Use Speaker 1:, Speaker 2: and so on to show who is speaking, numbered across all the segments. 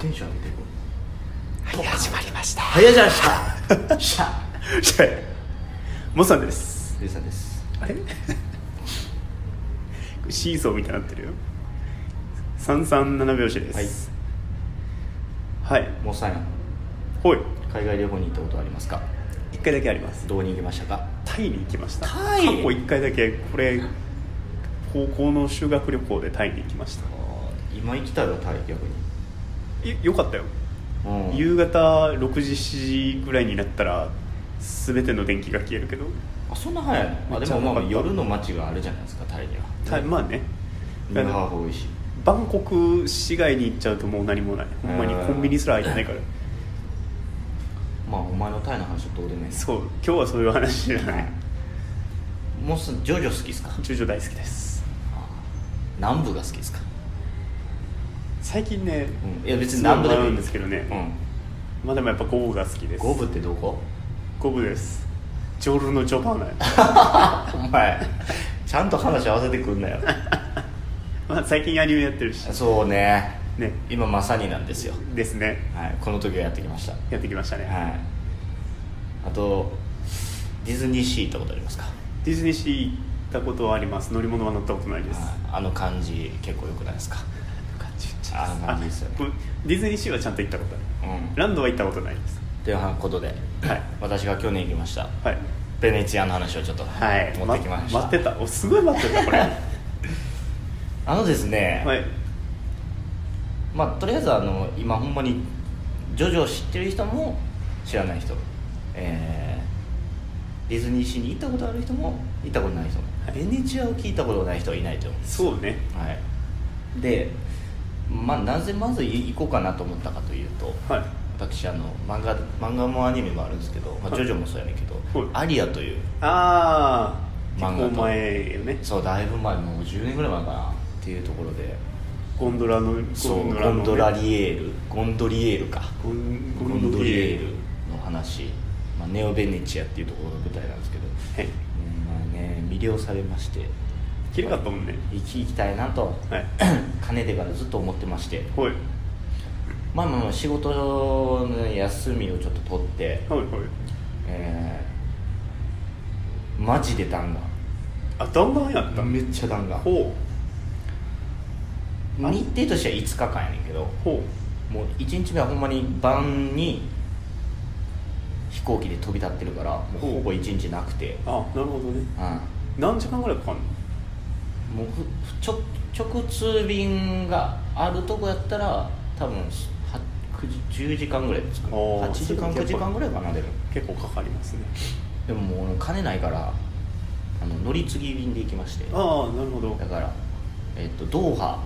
Speaker 1: テンション上げていこ
Speaker 2: はい始まりました
Speaker 1: う早じゃんシャッシャッ
Speaker 2: シャイモさんです
Speaker 1: ルイさんです
Speaker 2: あれシーソーみたいになってるよ337拍子ですはい
Speaker 1: モさん
Speaker 2: ほい
Speaker 1: 海外旅行に行ったことありますか
Speaker 2: 一回だけあります
Speaker 1: どうに行きましたか
Speaker 2: タイに行きました
Speaker 1: タイ
Speaker 2: 過去一回だけこれ高校の修学旅行でタイに行きました
Speaker 1: 今行きたいわタイ逆に、
Speaker 2: いよかったよ
Speaker 1: うん
Speaker 2: 夕方6時7時ぐらいになったら全ての電気が消えるけど、
Speaker 1: あそんな早いのあ
Speaker 2: め
Speaker 1: で
Speaker 2: っちゃ
Speaker 1: もま
Speaker 2: 早
Speaker 1: あ
Speaker 2: かった
Speaker 1: 夜の街があるじゃないですかタイには
Speaker 2: タイまあね
Speaker 1: ニューハーフ美味しい
Speaker 2: バンコク市外に行っちゃうともう何もないほんまにコンビニすら開いてないから
Speaker 1: まあお前のタイの話はどうでもいい
Speaker 2: そう今日はそういう話じゃない
Speaker 1: もうすジョジョ好きですか
Speaker 2: ジョジョ大好きです
Speaker 1: 南部が好きですか、
Speaker 2: 最近ね、
Speaker 1: うん、いや別に南部でもいい
Speaker 2: んですけどね、
Speaker 1: う
Speaker 2: まあでもやっぱゴブが好きで
Speaker 1: ん
Speaker 2: す
Speaker 1: 五部ってどこ
Speaker 2: ゴブですジョルのジョバーナ や
Speaker 1: お前ちゃんと話合わせてくんなよ
Speaker 2: まあ最近アニメやってるし
Speaker 1: そうね
Speaker 2: ね
Speaker 1: 今まさになんですよ、
Speaker 2: ですね
Speaker 1: はい、この時はやってきました
Speaker 2: やってきましたね、
Speaker 1: はいあとディズニーシー行ったことありますか
Speaker 2: ディズニーシー行ったことはあります乗り物は乗ったことないです
Speaker 1: あの感じ結構良くないですかあの感じですよね
Speaker 2: あこディズニーシーはちゃんと行ったことある
Speaker 1: うん
Speaker 2: ランドは行ったことないです
Speaker 1: ということで
Speaker 2: はい
Speaker 1: 私が去年行きました
Speaker 2: はい
Speaker 1: ベネチアの話をちょっと持
Speaker 2: はい
Speaker 1: ってきました、
Speaker 2: 待ってたおすごい待って たこれは
Speaker 1: あのですね、
Speaker 2: い
Speaker 1: まあとりあえずあの今ほんまにジョジョを知ってる人も知らない人、えーディズニーシーに行ったことある人も行ったことない人も、ベネチアを聞いたことない人はいないと思う
Speaker 2: そうね
Speaker 1: はい、で、まあ、なぜまず行こうかなと思ったかというと、
Speaker 2: はい
Speaker 1: 私あの漫画漫画もアニメもあるんですけど、まあ、
Speaker 2: はい
Speaker 1: ジョジョもそうやねんけど「
Speaker 2: はい
Speaker 1: アリア」という
Speaker 2: ああ
Speaker 1: 漫画と
Speaker 2: 結構前よね
Speaker 1: そうだいぶ前もう10年ぐらい前かなっていうところで
Speaker 2: ゴンドラの
Speaker 1: そうゴ
Speaker 2: のね
Speaker 1: ンドラリエールゴンドリエールか
Speaker 2: ゴン
Speaker 1: ゴンドリエールの話、まあ、ネオ・ベネチアっていうところが舞台なんですけど、
Speaker 2: はい
Speaker 1: うんまあね、魅了されまして
Speaker 2: 綺麗かったもんね
Speaker 1: 行き行きたいなと、
Speaker 2: はい
Speaker 1: かねてからずっと思ってまして
Speaker 2: はいはい
Speaker 1: まあまあまあ仕事の休みをちょっと取って、
Speaker 2: はい
Speaker 1: えーマジで弾
Speaker 2: あ弾丸やった
Speaker 1: 丸めっちゃ弾丸
Speaker 2: ほう
Speaker 1: 日程としては5日間やねんけど
Speaker 2: うほ
Speaker 1: もう1日目はほんまに晩に飛行機で飛び立ってるからもうほぼ1日なくて
Speaker 2: う、あなるほどね
Speaker 1: う
Speaker 2: 何時間ぐらいかかんの
Speaker 1: ん、もうふちょ直通便があるとこやったら多分は9時10時間ぐらいですかね
Speaker 2: おー
Speaker 1: 8時間9時間ぐらいかなでも
Speaker 2: 結構かかりますね
Speaker 1: でももう俺金ないからあの乗り継ぎ便で行きましてだ
Speaker 2: ああなるほど
Speaker 1: から、えっとドーハ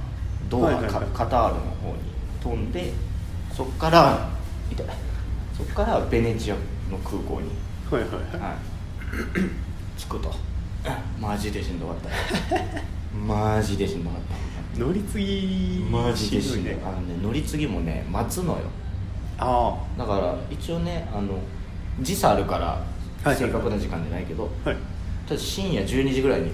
Speaker 1: ドーハ、
Speaker 2: はいはいはい
Speaker 1: カカタールの方に飛んでそっから痛いそっからベネチアの空港に、
Speaker 2: はいはいは
Speaker 1: はい、着くとマジでしんどかった マジでしんどかった
Speaker 2: い乗り継ぎ
Speaker 1: マジでし
Speaker 2: しん
Speaker 1: ん
Speaker 2: ど
Speaker 1: ど
Speaker 2: い
Speaker 1: い
Speaker 2: ね
Speaker 1: あのね乗り継ぎもね待つのよ
Speaker 2: あ
Speaker 1: だから一応ねあの時差あるから
Speaker 2: はい
Speaker 1: 正確な時間じゃないけど、
Speaker 2: あはい
Speaker 1: ただ深夜12時ぐらいに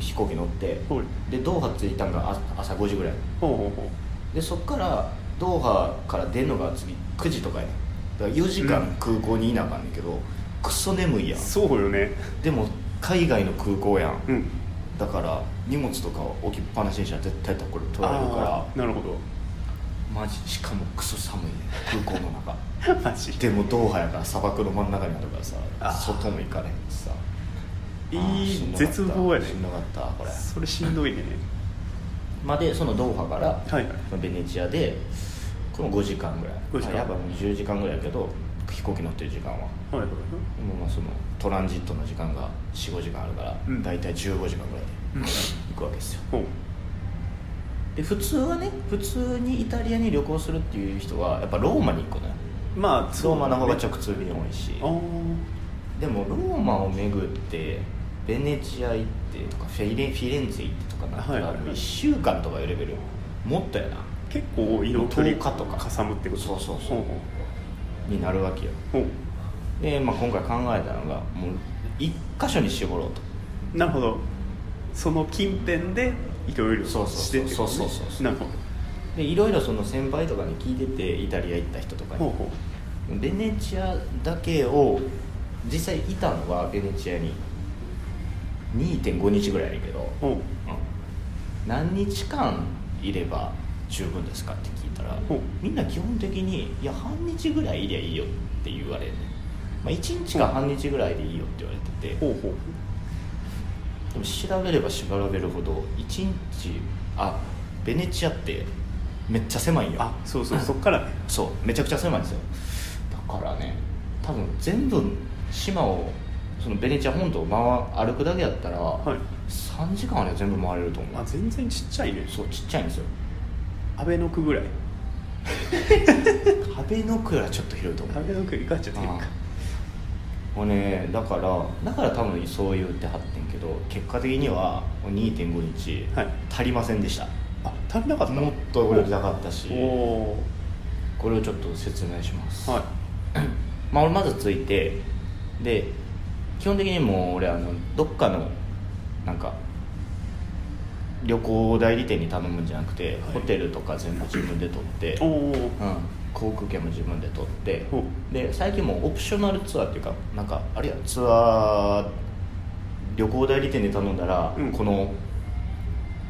Speaker 1: 飛行機乗って
Speaker 2: ほい
Speaker 1: でドーハ着いたのがあ朝5時ぐらい
Speaker 2: ほうほうほう
Speaker 1: でそっからドーハから出るのが次9時とかやねんだから4時
Speaker 2: う
Speaker 1: 間
Speaker 2: ん
Speaker 1: 空港にいなあかんねんけど、クソ眠いやん
Speaker 2: そうよね
Speaker 1: でも海外の空港やん、
Speaker 2: うん
Speaker 1: だから荷物とか置きっぱなしにしたら絶対これ取られるか
Speaker 2: あーなるほ ど
Speaker 1: らマジしかもクソ寒いねん空港の中
Speaker 2: マジ
Speaker 1: でもドーハやから砂漠の真ん中にあるからさ
Speaker 2: あー
Speaker 1: 外も行かれへんしさ
Speaker 2: いい
Speaker 1: あーしんどかった
Speaker 2: 絶望やね
Speaker 1: しんどかったこれ
Speaker 2: それしんどいね
Speaker 1: まあでそのドーハから、
Speaker 2: はいはい
Speaker 1: ベネチアでこれも5時間ぐらい
Speaker 2: 5時間
Speaker 1: まあやっぱもう10時間ぐらいやけど飛行機乗ってる時間はも
Speaker 2: はいはいう
Speaker 1: まあそのトランジットの時間が45時間あるから、
Speaker 2: うん
Speaker 1: 大体15時間ぐらい
Speaker 2: うん
Speaker 1: で行くわけですよ
Speaker 2: ほう
Speaker 1: で普通はね普通にイタリアに旅行するっていう人はやっぱローマに行くのよ
Speaker 2: まあ
Speaker 1: ローマの方が
Speaker 2: ちょ
Speaker 1: 直
Speaker 2: っ
Speaker 1: 通便多いし
Speaker 2: ああ
Speaker 1: でもローマを巡ってベネチア行ってとかフェイレフィレンツェ行ってとかなった
Speaker 2: はい
Speaker 1: ら
Speaker 2: はいはい
Speaker 1: もう1週間とかいうレベルよもっとやな
Speaker 2: 結構移動距離
Speaker 1: 10日とか
Speaker 2: かさむってこと
Speaker 1: そうそうそう
Speaker 2: ほ
Speaker 1: になるわけよ
Speaker 2: ほうほ
Speaker 1: で、まあ、今回考えたのがもう1箇所に絞ろうと
Speaker 2: うなるほどその近辺でいろいろ
Speaker 1: そうそうそう
Speaker 2: してってことね
Speaker 1: そうそうそうそう
Speaker 2: なるほど
Speaker 1: でいろいろその先輩とかに聞いててイタリア行った人とか
Speaker 2: ほう
Speaker 1: に
Speaker 2: ほ
Speaker 1: ベネチアだけを実際いたのはベネチアに2.5日ぐらいあるけど、
Speaker 2: うほう
Speaker 1: うん何日間いれば十分ですかって聞いたら
Speaker 2: ほう
Speaker 1: みんな基本的に「いや半日ぐらいいりゃいいよ」って言われる、まあ、1日か半日ぐらいでいいよって言われてて
Speaker 2: ほうほう
Speaker 1: でも調べれば調べるほど1日あベネチアってめっちゃ狭いんよ
Speaker 2: あそうそうそっからね
Speaker 1: そうめちゃくちゃ狭いんですよだからね多分全部島をそのベネチア本島を回歩くだけやったら、
Speaker 2: い
Speaker 1: 3時間はね全部回れると思う
Speaker 2: あ全然ちっちゃいね
Speaker 1: そうちっちゃいんです よ
Speaker 2: 安倍の区ぐらい
Speaker 1: 壁の区よりはちょっと広いと思う
Speaker 2: 安倍の区行かっちゃってるか
Speaker 1: もうねだからだから多分そう言ってはってんけど結果的には2.5日、
Speaker 2: はい
Speaker 1: 足りませんでした
Speaker 2: あ足りなかった
Speaker 1: もっと泳ぎたかったし
Speaker 2: おお
Speaker 1: これをちょっと説明します
Speaker 2: ーはい
Speaker 1: まあ、俺まずついてで基本的にもう俺あのどっかのなんか旅行代理店に頼むんじゃなくて、
Speaker 2: はい
Speaker 1: ホテルとか全部自分で取って、
Speaker 2: お
Speaker 1: うん、
Speaker 2: お
Speaker 1: 航空券も自分で取って
Speaker 2: ほ
Speaker 1: で最近もうオプショナルツアーっていうかなんかあるいはツアー旅行代理店で頼んだら、
Speaker 2: うん
Speaker 1: この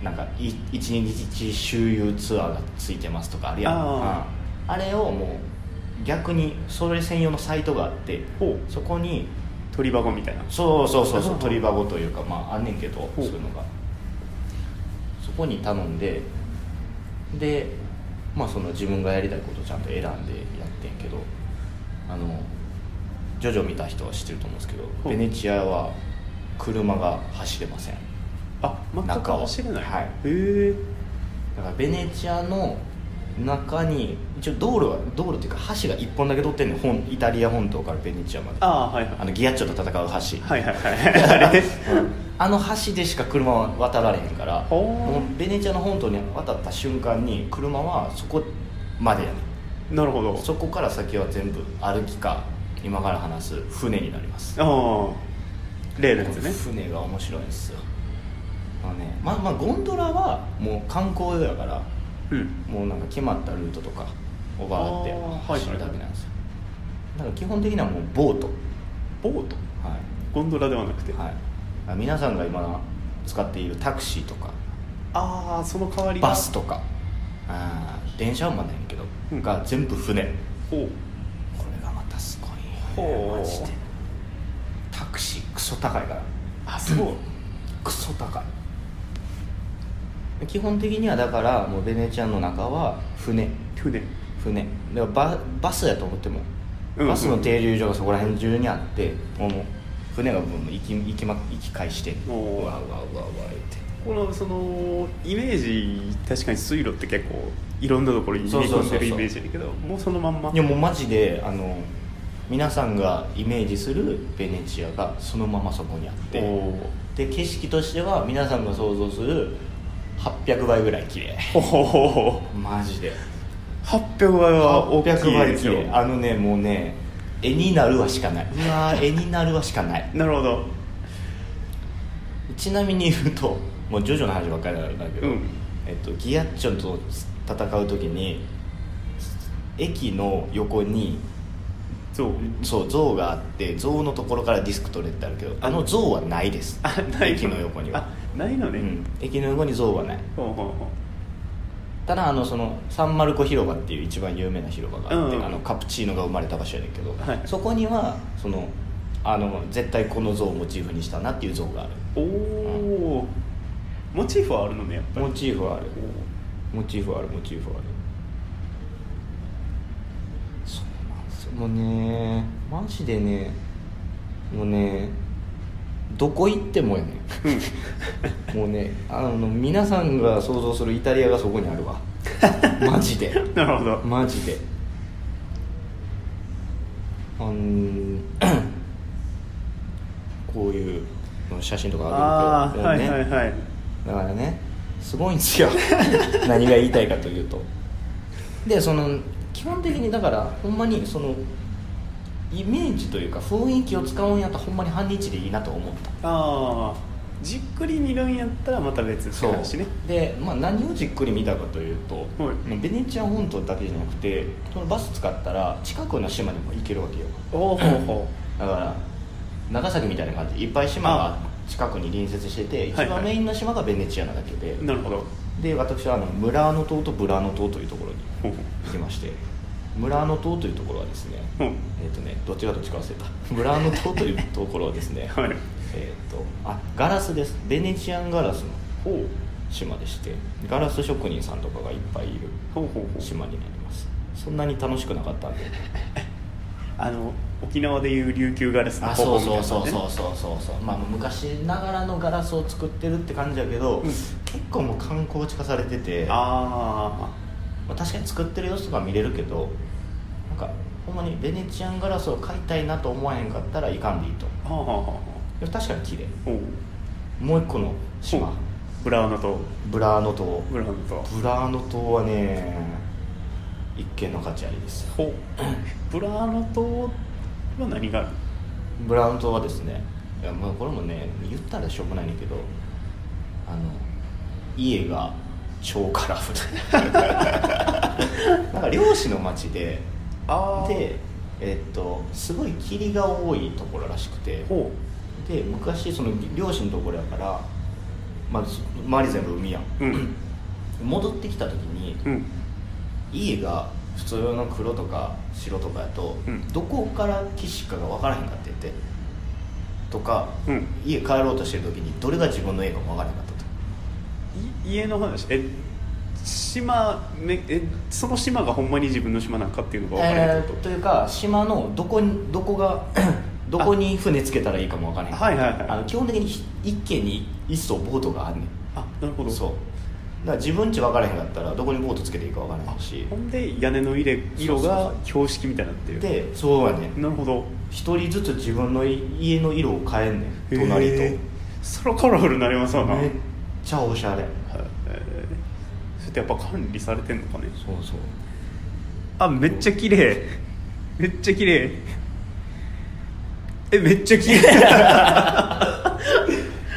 Speaker 1: なんかい一日周遊ツアーがついてますとかあるやん
Speaker 2: あ
Speaker 1: うんあれをもう逆にそれ専用のサイトがあって
Speaker 2: ほう
Speaker 1: そこに
Speaker 2: 鳥箱みたいな
Speaker 1: そうそうそう
Speaker 2: あそ
Speaker 1: そう
Speaker 2: うなんだ
Speaker 1: 鳥箱というかまああんねんけど
Speaker 2: ほ
Speaker 1: そうういうのがそこに頼んででまあその自分がやりたいことをちゃんと選んでやってんけどあのジョジョ見た人は知ってると思うんですけど
Speaker 2: ほう
Speaker 1: ベネチアは車が走れません
Speaker 2: あ全く
Speaker 1: 中を
Speaker 2: 走れない
Speaker 1: はい
Speaker 2: へえ
Speaker 1: だからベネチアの中に一応道路は道路っていうか橋が1本だけ通ってんの本イタリア本島からベネチアまであ
Speaker 2: ああーはいはい
Speaker 1: のギアッチョと戦う橋
Speaker 2: はいはいはいあれね
Speaker 1: あの橋でしか車は渡られへんから
Speaker 2: ほう
Speaker 1: もうベネチアの本島に渡った瞬間に車はそこまでやねん
Speaker 2: なるほど
Speaker 1: そこから先は全部歩きか今から話す船になります
Speaker 2: ああ例のやつね
Speaker 1: 船が面白いんですよあのねまあまあゴンドラはもう観光用やから
Speaker 2: うん
Speaker 1: もうなんか決まったルートとかをバーって
Speaker 2: あーはい
Speaker 1: 走るだけなんですよだから基本的にはもうボート
Speaker 2: ボート
Speaker 1: は
Speaker 2: ゴンドラではなく
Speaker 1: い、
Speaker 2: て、
Speaker 1: はい、あ皆さんが今使っているタクシーとか
Speaker 2: ああその代わりが
Speaker 1: バスとかあー電車はまだやねんけど、
Speaker 2: うん
Speaker 1: が全部船
Speaker 2: ほう
Speaker 1: これがまたすごいよね
Speaker 2: ほう
Speaker 1: マジでタクシークソ高いから
Speaker 2: あすごい
Speaker 1: クソ高い基本的にはだからもうベネチアの中は船
Speaker 2: 船
Speaker 1: 船でもババスやと思っても
Speaker 2: うん
Speaker 1: バスの停留所がそこら辺中にあって、もう船がもう行き行き,、ま、行き返してうわ
Speaker 2: おー
Speaker 1: うわうわうわ言って
Speaker 2: このそのイメージ確かに水路って結構いろんなところに逃
Speaker 1: そう
Speaker 2: げ
Speaker 1: そうそう
Speaker 2: 込ん
Speaker 1: そう
Speaker 2: でるイメージだけどもうそのまんま
Speaker 1: いやもうマジであの皆さんがイメージするベネチアがそのままそこにあっ
Speaker 2: お
Speaker 1: てで景色としては皆さんが想像する800倍ぐらい綺麗
Speaker 2: おお
Speaker 1: マジで
Speaker 2: 800倍は大き
Speaker 1: 800
Speaker 2: い
Speaker 1: 倍
Speaker 2: です
Speaker 1: 綺
Speaker 2: よ
Speaker 1: 麗あのねもうね絵になるはしかないうわー絵になるはしかない
Speaker 2: なるほど
Speaker 1: ちなみに言うともうジョジョの話ばっかりなんだけど、
Speaker 2: うん
Speaker 1: えっと、ギアッチョンと戦う時に駅の横に
Speaker 2: そう
Speaker 1: そう像があって像のところからディスク取れってあるけどあの像はないです
Speaker 2: あない
Speaker 1: 駅の横には
Speaker 2: あ、ないの
Speaker 1: う
Speaker 2: ね、
Speaker 1: ん、駅の横に像はない
Speaker 2: ほうほうほ
Speaker 1: ただあのそのサンマルコ広場っていう一番有名な広場があって、
Speaker 2: うん
Speaker 1: あのカプチーノが生まれた場所やねんけど、
Speaker 2: はい
Speaker 1: そこにはそのあの絶対この像をモチーフにしたなっていう像がある
Speaker 2: うおおモチーフはあるのねやっぱり
Speaker 1: モチーフはある
Speaker 2: おー
Speaker 1: モチーフはあるモチーフはあるそうなんですよもうねマジでねもうねどこ行ってもやねんもうねあの皆さんが想像するイタリアがそこにあるわマジで
Speaker 2: なるほど
Speaker 1: マジであの こういうの写真とかあ
Speaker 2: あ
Speaker 1: げ
Speaker 2: あ
Speaker 1: るけ
Speaker 2: ー
Speaker 1: ど
Speaker 2: はい
Speaker 1: ね
Speaker 2: はいはい
Speaker 1: だからねすごいんですよ 何が言いたいかというとでその基本的にだからほんまにそのイメージというか雰囲気を使うんやったらほんまに半日でいいなと思った
Speaker 2: ああじっくり見るんやったらまた別って
Speaker 1: そう
Speaker 2: 話ね
Speaker 1: で、まあ、何をじっくり見たかというと、
Speaker 2: はい
Speaker 1: もうベネチア本島だけじゃなくてそのバス使ったら近くの島にも行けるわけよ
Speaker 2: おおほうほ
Speaker 1: だから長崎みたいな感じいっぱい島が近くに隣接してて一
Speaker 2: はいは
Speaker 1: 番
Speaker 2: い
Speaker 1: メインの島がベネチアなだけで、
Speaker 2: うなるほど
Speaker 1: で私はあのムラーノ島とブラーノ島というところに
Speaker 2: ほうほ
Speaker 1: 行きましてムラーノ島というところはですね、
Speaker 2: うほ
Speaker 1: えっ、とねどっちがどっちか忘れたムラーノ島というところはですね
Speaker 2: うはい
Speaker 1: えっとあガラスですベネチアンガラスの
Speaker 2: ほう
Speaker 1: 島でしてガラス職人さんとかがいっぱいいる
Speaker 2: ほうほうほう
Speaker 1: 島になりますそんなに楽しくなかったんで
Speaker 2: あの沖縄でいう琉球ガラスの
Speaker 1: あそう
Speaker 2: 方法みたい
Speaker 1: そ
Speaker 2: な
Speaker 1: う
Speaker 2: ね
Speaker 1: そうそうそうそうそうまあ昔ながらのガラスを作ってるって感じだけど、
Speaker 2: うん
Speaker 1: 結構もう観光地化されてて
Speaker 2: あ
Speaker 1: まあ、確かに作ってる様子とか見れるけどなんかほんまにベネチアンガラスを買いたいなと思わへんかったらいかんでいいと
Speaker 2: あはあはあは
Speaker 1: でも確かに綺麗
Speaker 2: あほう
Speaker 1: もう一個の島
Speaker 2: ほうブラウナと
Speaker 1: ブラーノ島
Speaker 2: ブラウナと
Speaker 1: ブラーノ島はね一見の価値ありですよ
Speaker 2: ほうブラウナとは何がある
Speaker 1: ブラーノ島はですねいやまあこれもね言ったらしょうもないねんけどあの家が超カラフル なんか漁師の町で
Speaker 2: あ
Speaker 1: でえっとすごい霧が多いところらしくて
Speaker 2: ほ
Speaker 1: で昔その漁師のところやから、まあ、そ周り全部海やん
Speaker 2: ううん
Speaker 1: 戻ってきた時に
Speaker 2: うん
Speaker 1: 家が普通の黒とか白とかやと、
Speaker 2: うん
Speaker 1: どこから岸かが分からへんかって言ってとか、
Speaker 2: うん
Speaker 1: 家帰ろうとしてる時にどれが自分の家かも分からへんかったと
Speaker 2: い家の話え島めえその島がほんまに自分の島なんかっていうのが分かる
Speaker 1: え
Speaker 2: ってこ
Speaker 1: ー
Speaker 2: と、
Speaker 1: というか島のどこにどこ がどこに船つけたらいいかも分からへん
Speaker 2: はいはいはい
Speaker 1: あの基本的にひ一軒に一艘ボートがあんねん
Speaker 2: あなるほど
Speaker 1: そうだから自分家分からへんかったらどこにボートつけていいか分からへんし
Speaker 2: ほんで屋根の色色
Speaker 1: そう
Speaker 2: が
Speaker 1: そう
Speaker 2: 標識みたいになってる
Speaker 1: でそうやねん
Speaker 2: なるほど
Speaker 1: 一人ずつ自分の家の色を変えんねん隣と
Speaker 2: へーそらカラフルになりますわな、
Speaker 1: めっちゃおしゃれ
Speaker 2: はいえーそれってやっぱ管理されてんのかね
Speaker 1: そうそう
Speaker 2: あめっちゃ綺麗めっちゃ綺麗えめっちゃ綺麗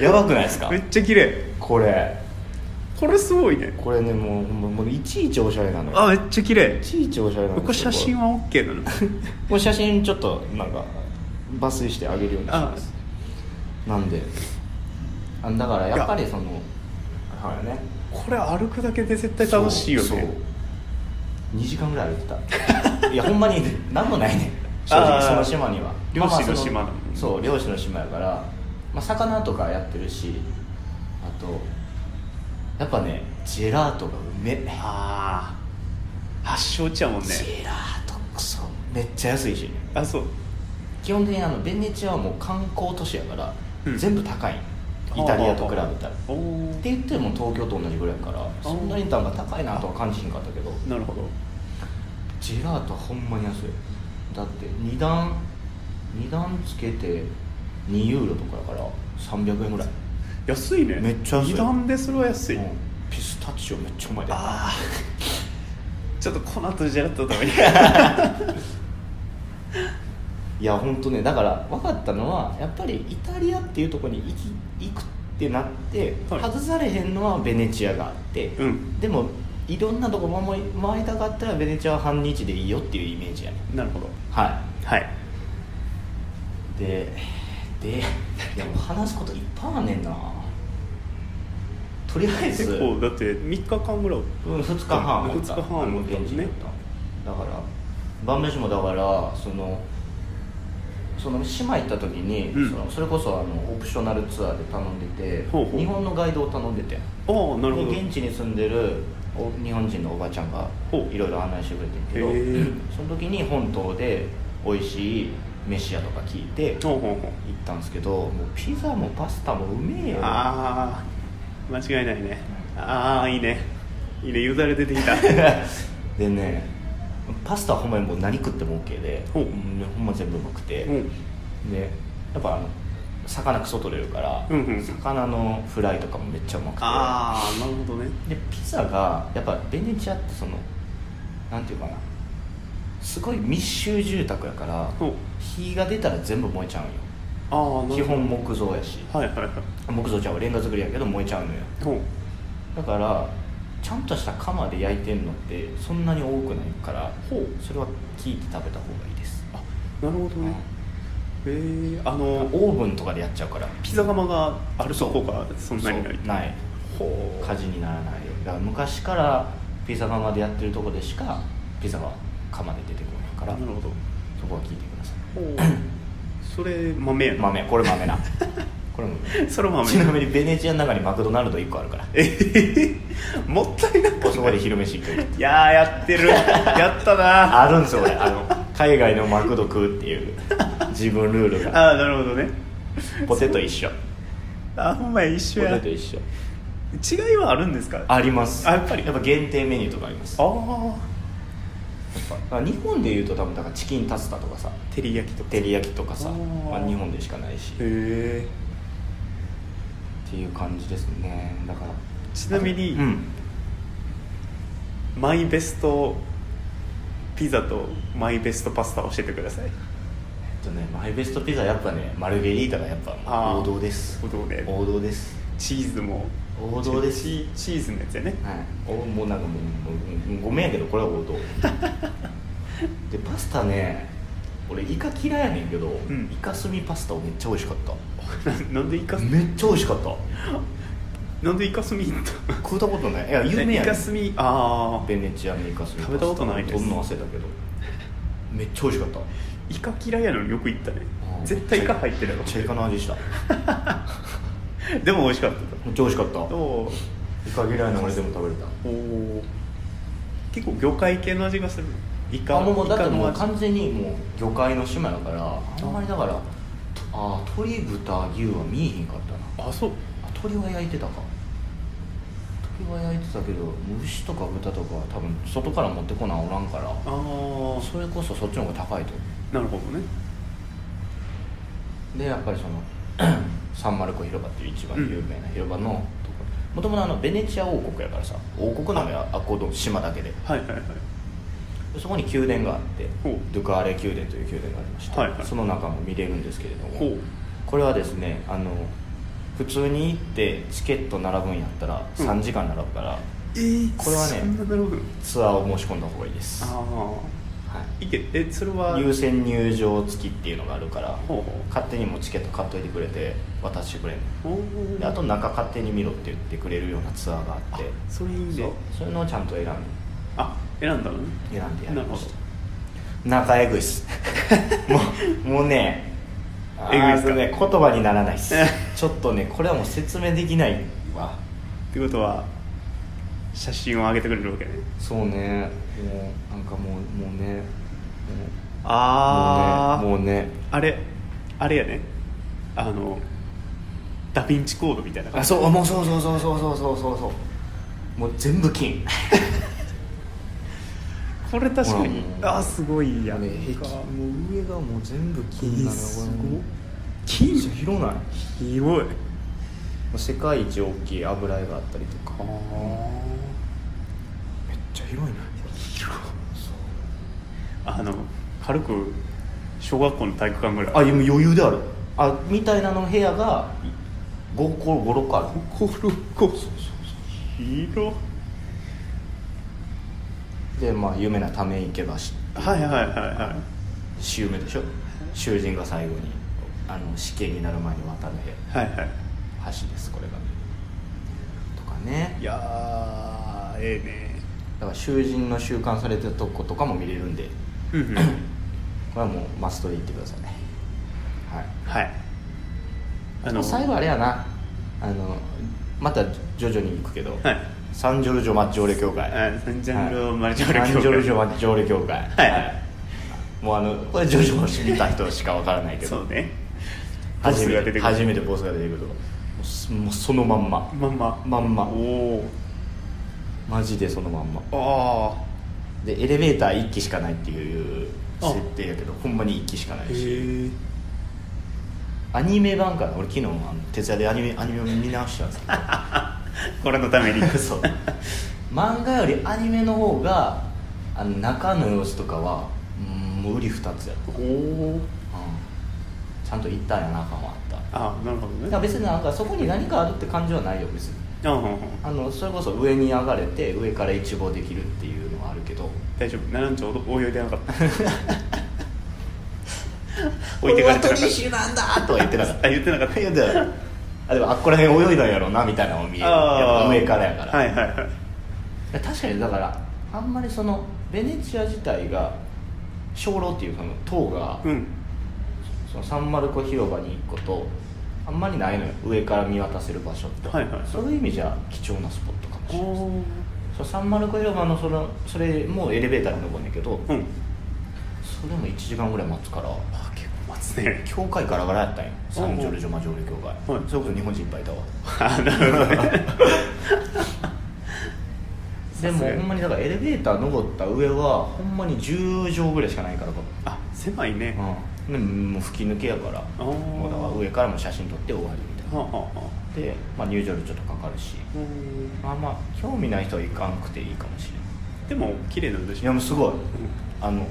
Speaker 1: やばくないですか
Speaker 2: めっちゃ綺麗
Speaker 1: これ
Speaker 2: これすごいね
Speaker 1: これねもうもうもういちいちおしゃれなのよ
Speaker 2: あめっちゃ綺麗
Speaker 1: いちいちおしゃれなのよ
Speaker 2: これ写真は OK なの
Speaker 1: これ写真ちょっとなんか抜粋してあげるようにしますなんであだからやっぱりそのはいね
Speaker 2: これ歩くだけで絶対楽しいよ
Speaker 1: そうそう
Speaker 2: ね
Speaker 1: 2時間ぐらい歩いて たいやほんまに何もないね正
Speaker 2: あ
Speaker 1: 直
Speaker 2: ー
Speaker 1: その島には
Speaker 2: 漁
Speaker 1: ま
Speaker 2: 師の
Speaker 1: あまあそ
Speaker 2: 島なの
Speaker 1: そう漁師の島やから、まあ、魚とかやってるしあとやっぱねジェラートがうめえ
Speaker 2: ああ発祥地やもんね
Speaker 1: ジェラートクソめっちゃ安いし
Speaker 2: あそう
Speaker 1: 基本的にあのベネチアはもう観光都市やから、
Speaker 2: うん
Speaker 1: 全部高いイタリアと比べたら
Speaker 2: おお
Speaker 1: って言っても東京と同じぐらいやからそんなに単価高いなとは感じひんかったけど
Speaker 2: なるほど
Speaker 1: ジェラートほんまに安いだって2段2段つけて2ユーロとかだから300円ぐらい、
Speaker 2: 安いね
Speaker 1: めっちゃ安い
Speaker 2: 二段でそれは安い、
Speaker 1: うんピスタチオめっちゃうまいで
Speaker 2: ああちょっとこの後ジェラット 食べに
Speaker 1: いや本当ねだから分かったのはやっぱりイタリアっていうところに行き行くってなって、
Speaker 2: はい
Speaker 1: 外されへんのはベネチアがあって、
Speaker 2: うん
Speaker 1: でもいろんなとこ回り回りたかったらベネチアは半日でいいよっていうイメージやね
Speaker 2: なるほど
Speaker 1: は
Speaker 2: はい
Speaker 1: いででいやもう話すこといっぱいあんねんなとりあえず
Speaker 2: 結構だって3日間ぐらい
Speaker 1: うん、2日半
Speaker 2: 二日半
Speaker 1: も
Speaker 2: 思ったもんね
Speaker 1: 現地におっただから晩飯もだからそのその島行った時に、
Speaker 2: うん
Speaker 1: そのそれこそあのオプショナルツアーで頼んでて
Speaker 2: ほうほう
Speaker 1: 日本のガイドを頼んでて
Speaker 2: ああなるほど
Speaker 1: で現地に住んでるお日本人のおばちゃんが
Speaker 2: ほう
Speaker 1: いろいろ案内してくれてんけ
Speaker 2: へ
Speaker 1: ど
Speaker 2: ー
Speaker 1: その時に本島で美味しい飯屋とか聞いて行っ
Speaker 2: ほうほうほう
Speaker 1: たんですけどもうピザもパスタもうめえよ
Speaker 2: ああ間違いないねああいいねいいねゆだれ出て きた
Speaker 1: でねパスタはほんまにもう何食っても OK で
Speaker 2: ほう
Speaker 1: うんほんま全部うまくて、
Speaker 2: うん
Speaker 1: でやっぱあの魚クソ取れるから、
Speaker 2: うんうん
Speaker 1: 魚のフライとかもめっちゃうまくて
Speaker 2: ああなるほどね
Speaker 1: でピザがやっぱベネチアってそのなんていうかなすごい密集住宅やから
Speaker 2: ほう
Speaker 1: 火が出たら全部燃えちゃうんよ
Speaker 2: ああな
Speaker 1: 基
Speaker 2: るほ
Speaker 1: 本木造やし
Speaker 2: どはいはいはい
Speaker 1: 木造ちゃうわレンガ作りやけど燃えちゃうのよ
Speaker 2: ほう
Speaker 1: だからちゃんとした窯で焼いてんのってそんなに多くないから
Speaker 2: ほう
Speaker 1: それは聞いて食べた方がいいです
Speaker 2: あなるほどねへえあ
Speaker 1: オ
Speaker 2: の
Speaker 1: ーブンとかでやっちゃうから
Speaker 2: ピザ窯があるとこがそんなにない
Speaker 1: そうない
Speaker 2: ほう
Speaker 1: 火事にならないようにだから昔からピザ窯でやってるとこでしかピザは窯で出てこないから
Speaker 2: なるほど
Speaker 1: そこは聞いてください
Speaker 2: ほうそれ豆やな
Speaker 1: 豆これ豆 なこれ豆
Speaker 2: それ豆
Speaker 1: ちなみにベネチアの中にマクドナルド1個あるから
Speaker 2: えへへもったいなく
Speaker 1: そこで昼飯食う
Speaker 2: いやーやってるやったなあ
Speaker 1: あるんですよ俺あの海外のマクド食うっていう自分ルールが
Speaker 2: あーなるほどね
Speaker 1: ポテト一緒
Speaker 2: あほんまや一
Speaker 1: ポ
Speaker 2: 緒や
Speaker 1: テト一緒
Speaker 2: 違いはあるんですか
Speaker 1: あります
Speaker 2: あやっぱり
Speaker 1: やっぱ限定メニューとかあります
Speaker 2: あ
Speaker 1: だ
Speaker 2: ー
Speaker 1: から日本でいうと多分だからチキンタツタとかさ
Speaker 2: 照り焼きとかへ
Speaker 1: 照り焼きとかさ
Speaker 2: あー
Speaker 1: まあ、日本でしかないしっ
Speaker 2: え
Speaker 1: ていう感じですねだから
Speaker 2: ちなみに、
Speaker 1: うん
Speaker 2: マイベストピザとマイベストパスタ教えてください
Speaker 1: えっとねマイベストピザやっぱねマルゲリータがやっぱ
Speaker 2: あー
Speaker 1: 王道です
Speaker 2: 王道で
Speaker 1: 王道です
Speaker 2: チーズも
Speaker 1: 王道です
Speaker 2: チーチーズのやつやね
Speaker 1: はい、おもうなんかもうもうごめんやけどこれは王 道でパスタね俺イカ嫌いやねんけど、
Speaker 2: ん
Speaker 1: イカスミパスタめっちゃ美味しかっ
Speaker 2: ななんでイカ
Speaker 1: た
Speaker 2: ス
Speaker 1: めっちゃ美味しかった
Speaker 2: なんでイカスミ行った
Speaker 1: 食うたことないいや有名や
Speaker 2: イ
Speaker 1: ね
Speaker 2: カ
Speaker 1: ん
Speaker 2: スミああ
Speaker 1: ベネチアのイカスミ
Speaker 2: 食べたことないです
Speaker 1: どんな汗だけどめっちゃ美味しかった
Speaker 2: イカ嫌いやのによく行ったね絶対イカ入ってるや
Speaker 1: めっちゃイカの味しため
Speaker 2: ろでも美味しかったと
Speaker 1: っちゃ美味しかったイ
Speaker 2: お
Speaker 1: カ嫌いな俺でも食べれた
Speaker 2: お結構魚介系の味がするイカ
Speaker 1: あもうだって
Speaker 2: イカ
Speaker 1: も
Speaker 2: の
Speaker 1: う
Speaker 2: 味
Speaker 1: 完全にもう魚介の島やからあんまりだからあー鶏豚牛は見えへんかったな
Speaker 2: あそう
Speaker 1: あ鳥は焼いてたか鳥は焼いてたけど牛とか豚とかは多分外から持ってこなおらんから
Speaker 2: ああ
Speaker 1: それこそそっちの方が高いと
Speaker 2: なるほどね
Speaker 1: でやっぱりその サンマルコ広場っていう一番
Speaker 2: うん
Speaker 1: 有名な広場のところもともとあのベネチア王国やからさ王国なのよあっこの島だけで
Speaker 2: はいはいはい
Speaker 1: でそこに宮殿があって
Speaker 2: ほう
Speaker 1: ドゥカーレ宮殿という宮殿がありまして、
Speaker 2: はいはい
Speaker 1: その中も見れるんですけれども
Speaker 2: ほう
Speaker 1: これはですねあの普通に行ってチケット並ぶんやったら
Speaker 2: うん
Speaker 1: 3時間並ぶから、
Speaker 2: えー、
Speaker 1: これはね
Speaker 2: そんななるほど
Speaker 1: ツアーを申し込んだ方がいいです、は、
Speaker 2: ああいけえそれはい
Speaker 1: 優先入場付きっていうのがあるから
Speaker 2: ほうほう
Speaker 1: 勝手にもうチケット買っといてくれて渡してくれる
Speaker 2: お
Speaker 1: であと中勝手に見ろって言ってくれるようなツアーがあって
Speaker 2: それいいね
Speaker 1: そうそういうのをちゃんと選んで
Speaker 2: あ選んだのね
Speaker 1: 選んでやり
Speaker 2: なる
Speaker 1: ま
Speaker 2: ほ
Speaker 1: し
Speaker 2: ど
Speaker 1: た仲えぐいっ すもうもうねあー
Speaker 2: えぐいっすか
Speaker 1: そうね言葉にならないっすちょっとねこれはもう説明できないわ
Speaker 2: ってことは写真を上げてくれるわけね
Speaker 1: そうねもうなんかもうもうね
Speaker 2: ああ
Speaker 1: もうねもうね
Speaker 2: あれあれやねあのダヴィンチコードみたいな
Speaker 1: あ
Speaker 2: 感じ
Speaker 1: そうもうそうそうそうそうそうそうそうそうもう全部金
Speaker 2: これ確かに
Speaker 1: ほらもう
Speaker 2: あーすごいやんか
Speaker 1: ね壁もう上がもう全部
Speaker 2: え
Speaker 1: 金
Speaker 2: ー
Speaker 1: なの
Speaker 2: す
Speaker 1: これも
Speaker 2: ご
Speaker 1: う
Speaker 2: っ
Speaker 1: めっ
Speaker 2: 金
Speaker 1: ちゃ広ないも
Speaker 2: 広いう
Speaker 1: 世界一大きい油絵があったりとか
Speaker 2: あ
Speaker 1: めっちゃ広いな
Speaker 2: 広
Speaker 1: そう
Speaker 2: あの軽く小学校の体育館ぐらい
Speaker 1: あ今余裕であるあみたいなの部屋が556個ある
Speaker 2: ころこ広
Speaker 1: でまあ有名なため池橋
Speaker 2: はいはいはいは
Speaker 1: 襲名でしょ囚人が最後にあの死刑になる前に渡る部屋
Speaker 2: いはいはい
Speaker 1: 橋ですこれがとかね
Speaker 2: いやーええね
Speaker 1: だから囚人の収監されてるとことかも見れるんで
Speaker 2: うんうん
Speaker 1: これはもうマストで行ってくださいねはい
Speaker 2: はいあ
Speaker 1: あの最後あれやなあのまた徐々に行くけど、
Speaker 2: はい
Speaker 1: サンジョルジョマッジョーレ協会
Speaker 2: あサンジョルジョマッジョーレ協会
Speaker 1: サンジョルジョマッジョーレ協会
Speaker 2: はい
Speaker 1: もうあのこれジョジョを見た人しかわからないけ
Speaker 2: そ
Speaker 1: ど
Speaker 2: うねボ
Speaker 1: 初
Speaker 2: ス
Speaker 1: め
Speaker 2: が
Speaker 1: て
Speaker 2: 出てくる
Speaker 1: 初めてボスが出てくるともうすもうそのまんま
Speaker 2: まんま
Speaker 1: まんま
Speaker 2: お
Speaker 1: マジでそのまんま
Speaker 2: おあ
Speaker 1: でエレベーター1機しかないっていう
Speaker 2: あ
Speaker 1: 設定やけどほんまに1機しかな
Speaker 2: へ
Speaker 1: いし
Speaker 2: え
Speaker 1: アニメ版かな俺昨日あの徹夜でアニメアニメを見直したんですけど
Speaker 2: これのために
Speaker 1: そう漫画よりアニメの方があの中の様子とかはうんもう売り二つやった、うん
Speaker 2: おお
Speaker 1: ちゃんと行ったんやな感はあった
Speaker 2: ああなるほど
Speaker 1: だ
Speaker 2: ね
Speaker 1: から別になんかそこに何かあるって感じはないよ別に
Speaker 2: ああああ
Speaker 1: あのそれこそ上に上がれて上から一望できるっていうのはあるけど
Speaker 2: 大丈夫七んちょうど泳いでなかった置いてかれてな
Speaker 1: 俺はト
Speaker 2: かっ
Speaker 1: ニシュなんだとは言ってなかった
Speaker 2: あ言ってなかった
Speaker 1: 言ってなかったあでもあっこら辺泳いだんやろうなみたいなのも見えるやっぱ上からやから、
Speaker 2: はいはいはい
Speaker 1: 確かにだからあんまりそのベネチア自体が鐘楼っていうその塔が、
Speaker 2: うん
Speaker 1: そのサンマルコ広場に行くことあんまりないのよ上から見渡せる場所って、
Speaker 2: はいはい
Speaker 1: そういう意味じゃ貴重なスポットかもしれないです
Speaker 2: お
Speaker 1: そうサンマルコ広場のそのそれもエレベーターに登るんだけど、
Speaker 2: うん
Speaker 1: それも1時間ぐらい待つから
Speaker 2: あ結構待つね
Speaker 1: 教会ガラガラやったんよサンジョルジョマジョール教会、
Speaker 2: はい
Speaker 1: それこそ日本人いっぱいいたわ
Speaker 2: あなるほどね
Speaker 1: で
Speaker 2: さす
Speaker 1: も
Speaker 2: がに
Speaker 1: ほんまにだからエレベーター登った上はほんまに10畳ぐらいしかないからここ
Speaker 2: あ狭いね、
Speaker 1: うん、でもう吹き抜けやから
Speaker 2: あー
Speaker 1: もうだから上からも写真撮って終わりみたい
Speaker 2: はあはあはあ
Speaker 1: なで、まあ、入場料ちょっとかかるし
Speaker 2: うん
Speaker 1: まあまあ興味ない人は行かんくていいかもしれな
Speaker 2: でも綺麗なんで
Speaker 1: いい
Speaker 2: し
Speaker 1: や
Speaker 2: ょ
Speaker 1: もうすごいあの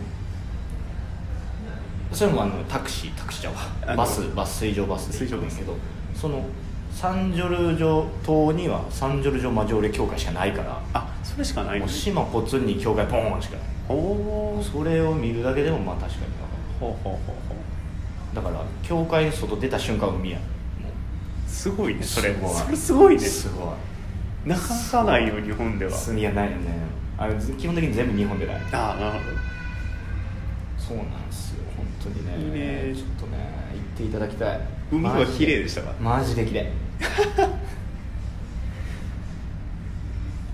Speaker 1: それもあのタクシータクシーちゃう
Speaker 2: あ
Speaker 1: わ
Speaker 2: の
Speaker 1: バスバス水上バスで行くんだけ
Speaker 2: 水上
Speaker 1: どそのサンジョルジョ島にはサンジョルジョマジョーレ教会しかないから
Speaker 2: あそれしかない
Speaker 1: も
Speaker 2: の
Speaker 1: う島ポツンに教会ポーンしかない
Speaker 2: おお
Speaker 1: それを見るだけでもまあ確かにわか
Speaker 2: ほうほうほうほう
Speaker 1: るだから教会の外出た瞬間海やんも
Speaker 2: すごいね
Speaker 1: う
Speaker 2: それ
Speaker 1: すごい
Speaker 2: それすごいね
Speaker 1: すご
Speaker 2: なかなかないよ日本ではい
Speaker 1: やないよねあれず基本的に全部日本でない
Speaker 2: ああなるほど
Speaker 1: そうなんですよ本当にね
Speaker 2: いいね
Speaker 1: ちょっとね行っていただきたい
Speaker 2: 海は綺麗でしたか
Speaker 1: マジで綺麗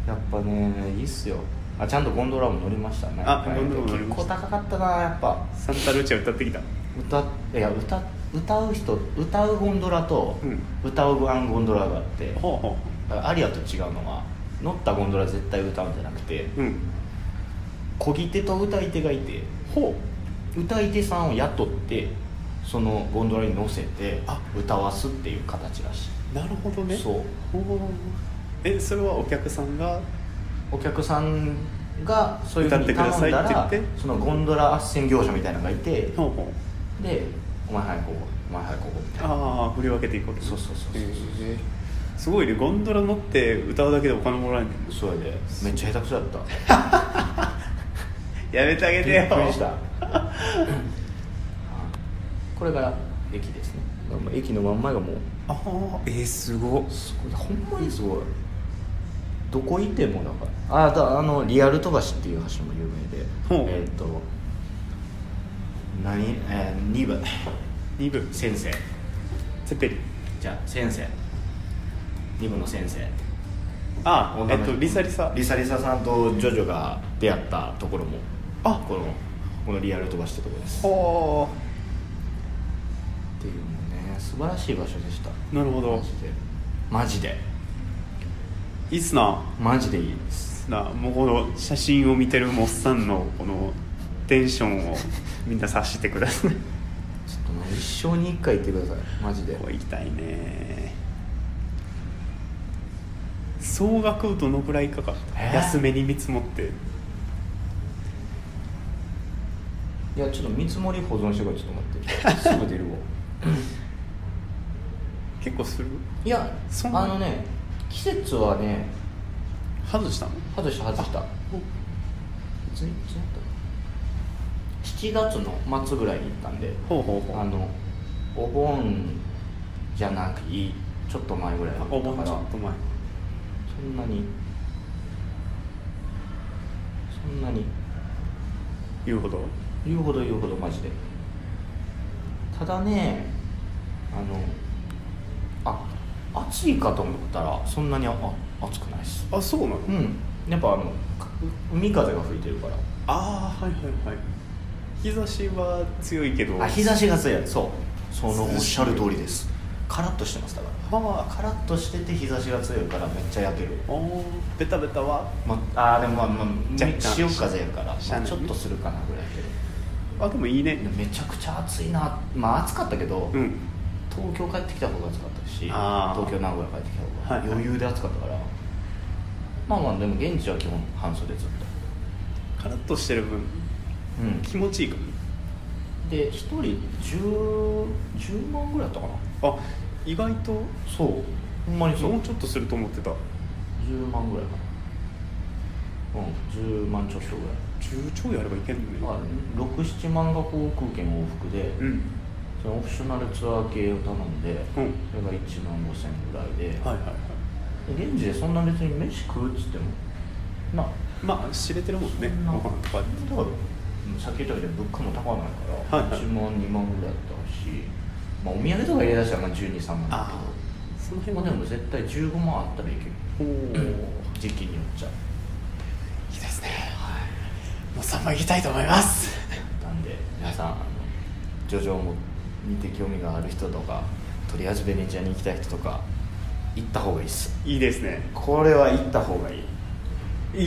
Speaker 1: やっぱねいいっすよあちゃんとゴンドラも乗りましたね
Speaker 2: あゴンドラも乗りまし
Speaker 1: 結構
Speaker 2: た
Speaker 1: 高かったなやっぱ
Speaker 2: サンタルチア歌ってきた
Speaker 1: 歌いや歌歌う人歌うゴンドラと、
Speaker 2: う
Speaker 1: 歌うアンゴンドラがあって
Speaker 2: ほうほ
Speaker 1: だからアリアと違うのは乗ったゴンドラ絶対歌うんじゃなくて
Speaker 2: ううん
Speaker 1: こぎ手と歌い手がいて
Speaker 2: ほ
Speaker 1: 歌い手さんを雇ってそのゴンドラに乗せて歌わすっていう形らしいう
Speaker 2: なるほどね
Speaker 1: そう
Speaker 2: ほうえそれはお客さんが
Speaker 1: お客さんがそういうふうに頼ん
Speaker 2: 歌ってく
Speaker 1: だ
Speaker 2: ださいっ
Speaker 1: ら
Speaker 2: て言って
Speaker 1: そのゴンドラ斡旋業者みたいなのがいて
Speaker 2: ほうほう
Speaker 1: で「お前はいここお前はいここ」みたいな
Speaker 2: ああ振り分けていこうと
Speaker 1: そうそうそうそう
Speaker 2: へえすごいねゴンドラ乗って歌うだけでお金もらえんねん
Speaker 1: それでめっちゃ下手くそだった
Speaker 2: やめてあげてよ
Speaker 1: びっくりした これが駅ですね駅の真ん前がもう
Speaker 2: ああえー、すごっ
Speaker 1: すごいほんまにすごいどこ行ってもだからあだあのリアル飛ばしっていう橋も有名
Speaker 2: ほう
Speaker 1: でえっ、と何えー、2番
Speaker 2: 2部
Speaker 1: 先生
Speaker 2: ゼッペリン
Speaker 1: じゃあ先生2部の先生
Speaker 2: ああ
Speaker 1: 女
Speaker 2: えっ
Speaker 1: の人
Speaker 2: とリサリサ
Speaker 1: リサリサさんとジョジョが出会ったところも
Speaker 2: あ
Speaker 1: このこのリアル飛ばしってところです
Speaker 2: ほ
Speaker 1: っていうのね素晴らしい場所でした
Speaker 2: うなるほど
Speaker 1: マジで
Speaker 2: いいっすな
Speaker 1: マジでいいです
Speaker 2: なもうこの写真を見てるもっさんのこのテンショ ンをみんな察してくださ
Speaker 1: ちょっ
Speaker 2: い
Speaker 1: ともう一生に一回行ってくださいマジで
Speaker 2: こう行きたいね総額どのくらいかかった、
Speaker 1: えー
Speaker 2: 安めに見積もって
Speaker 1: いやちょっと見積もり保存してくれちょっと待ってすぐ 出るわ
Speaker 2: 結構する
Speaker 1: いや
Speaker 2: そんな
Speaker 1: あのね季節はね
Speaker 2: 外したの
Speaker 1: 外した外したいついつやったの7月の末ぐらいに行ったんで
Speaker 2: ほうほうほう
Speaker 1: あのお盆じゃなくいいちょっと前ぐらいだった
Speaker 2: お盆
Speaker 1: から
Speaker 2: ちょっと前
Speaker 1: そんなにそんなに
Speaker 2: 言うほど
Speaker 1: 言うほど言うほどマジでただねあのあ暑いかと思ったらそんなにああ暑くないです
Speaker 2: あそうなの、
Speaker 1: うんやっぱあのか海風が吹いてるから
Speaker 2: ああはいはいはい日差しは強いけど
Speaker 1: あ日差しが強いそうそのお
Speaker 2: 涼しい
Speaker 1: っしゃる通りですカラッとしてますだから
Speaker 2: はあ
Speaker 1: カラッとしてて日差しが強いからめっちゃ焼ける、
Speaker 2: おーベタベタは
Speaker 1: まああーでもまあまあ
Speaker 2: 若干
Speaker 1: 潮風やから、まあ
Speaker 2: しゃあない
Speaker 1: ちょっとするかなぐらいや
Speaker 2: あでもいいね
Speaker 1: けどめちゃくちゃ暑いなまあ暑かったけど、
Speaker 2: うん
Speaker 1: 東京帰ってきた方が暑かったし
Speaker 2: あー
Speaker 1: 東京名古屋帰ってきた方
Speaker 2: は
Speaker 1: が
Speaker 2: い
Speaker 1: 余裕で暑かったから、まあまあでも現地は基本半袖ずっと
Speaker 2: カラッとしてる分
Speaker 1: うん
Speaker 2: 気持ちいいかも
Speaker 1: で1人 10, 10万ぐらいだったかな
Speaker 2: あ意外とも
Speaker 1: そうほんまにそう
Speaker 2: うちょっとすると思ってた
Speaker 1: 10万ぐらいかなうん10万ちょっとぐらい
Speaker 2: 10ちょいあればいけんのね、
Speaker 1: まあ、67万が航空券往復で、
Speaker 2: うん
Speaker 1: そのオプショナルツアー系を頼んで、
Speaker 2: うん
Speaker 1: それが1万5000ぐらいで、
Speaker 2: はいはいはい
Speaker 1: で現地でそんな別に飯食うっつってもな
Speaker 2: まあ知れてるもん
Speaker 1: そ
Speaker 2: ね
Speaker 1: んな
Speaker 2: ご飯とか
Speaker 1: だからうんさっき言ったみたいに物価も高ないから、
Speaker 2: はいはい
Speaker 1: 1万2万ぐらいだったし、まあ、お土産とか入れ出したらまあ123万だ
Speaker 2: ああその
Speaker 1: けど
Speaker 2: 辺
Speaker 1: ま
Speaker 2: は
Speaker 1: あでも絶対15万あったらいける
Speaker 2: おおー
Speaker 1: 時期によっちゃ
Speaker 2: いいですねもう3番いきたいと思います
Speaker 1: なんで皆さんあのジョジョも見て興味がある人とかとりあえずベネチアに行きたい人とか行った方がいいっす
Speaker 2: いいですね
Speaker 1: これは行った方がいい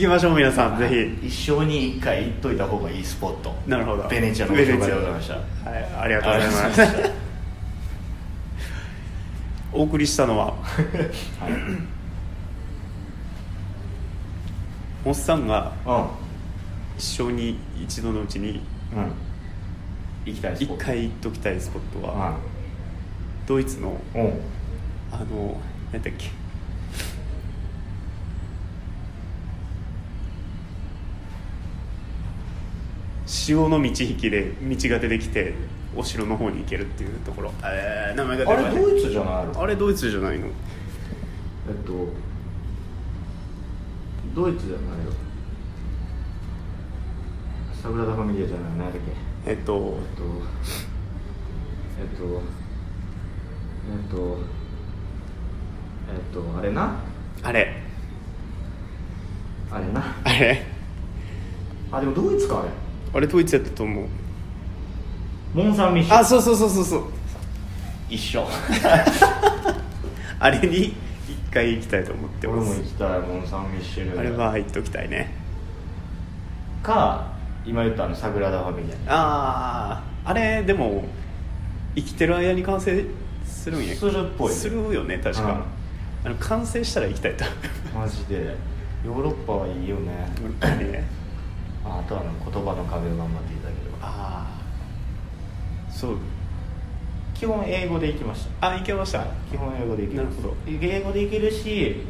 Speaker 2: 行きましょう皆さんぜひ
Speaker 1: 一生に一回行っといた方がいいスポット
Speaker 2: なるほど
Speaker 1: ベネチアのご紹介でございました
Speaker 2: はい、ありがとうございます
Speaker 1: ありがとうございま
Speaker 2: お送りしたのは
Speaker 1: したはい
Speaker 2: おっさんが
Speaker 1: う
Speaker 2: 一生に一度のうちに
Speaker 1: んうん行きたいスポ
Speaker 2: 一
Speaker 1: ット
Speaker 2: 回行っときたいスポットは
Speaker 1: は
Speaker 2: ドイツの
Speaker 1: いうん
Speaker 2: あの何だっけ潮の満ち引きで道が出てきてお城の方に行けるっていうところえー名前が出
Speaker 1: あ
Speaker 2: てこな
Speaker 1: れ
Speaker 2: い
Speaker 1: ドイツじゃないの
Speaker 2: あれドイツじゃないの
Speaker 1: えっとドイツじゃないよサグラダ・ファミリアじゃない何だっけ
Speaker 2: えっと
Speaker 1: えっとえっとえっとえっとあれな
Speaker 2: あれ
Speaker 1: あれな
Speaker 2: あれ
Speaker 1: あでもドイツかあれ
Speaker 2: あれドイツやったと思う
Speaker 1: モン・サン・ミッシェ
Speaker 2: あ
Speaker 1: ル
Speaker 2: そうそうそうそうそう
Speaker 1: 一緒
Speaker 2: あれに一回行きたいと思って
Speaker 1: 俺
Speaker 2: ま
Speaker 1: も
Speaker 2: す
Speaker 1: 行きたいモン・サン・ミッシェル
Speaker 2: あれは入っときたいね
Speaker 1: か今言ったあのサグラダ・ファミリア
Speaker 2: あああれでも生きてる間に完成するんや
Speaker 1: するっぽい
Speaker 2: するよね確か、あの完成したら行きたいと
Speaker 1: マジでヨーロッパはいいよね
Speaker 2: 思った ね
Speaker 1: ああとはあの言葉の壁を頑張っていただければ
Speaker 2: ああそう
Speaker 1: 基本英語で行きました
Speaker 2: あ行けました
Speaker 1: 基本英語で行け
Speaker 2: なるほど
Speaker 1: 英語で行けるし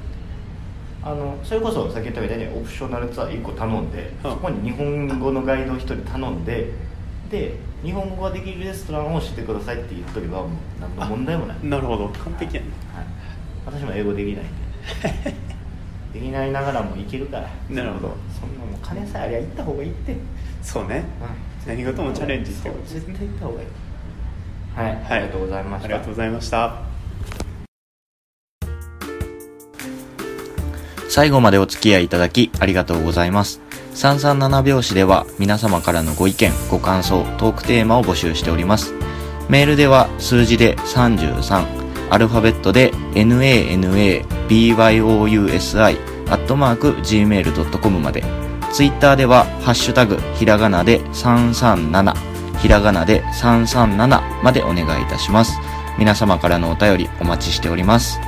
Speaker 1: あのそれこそさっき言ったみたいにオプショナルツアー1個頼んで、
Speaker 2: うん
Speaker 1: そこに日本語のガイドを1人頼んでで日本語ができるレストランを教えてくださいって言っとけばもう何の問題もない、はい、
Speaker 2: なるほど完璧やね
Speaker 1: 私も英語できないん でできないながらも行けるから
Speaker 2: なるほど
Speaker 1: そんなもう金さえありゃ行った方がいいって、
Speaker 2: そうね何事もチャレンジってことです
Speaker 1: そう絶対行った方がいいはい、ありがとうございました
Speaker 2: ありがとうございました
Speaker 1: 最後までお付き合いいただきありがとうございます。337拍子では皆様からのご意見、ご感想、トークテーマを募集しております。メールでは数字で33、アルファベットで nanabyousi、アットマーク gmail.com まで。ツイッターではハッシュタグ、ひらがなで337、ひらがなで337までお願いいたします。皆様からのお便りお待ちしております。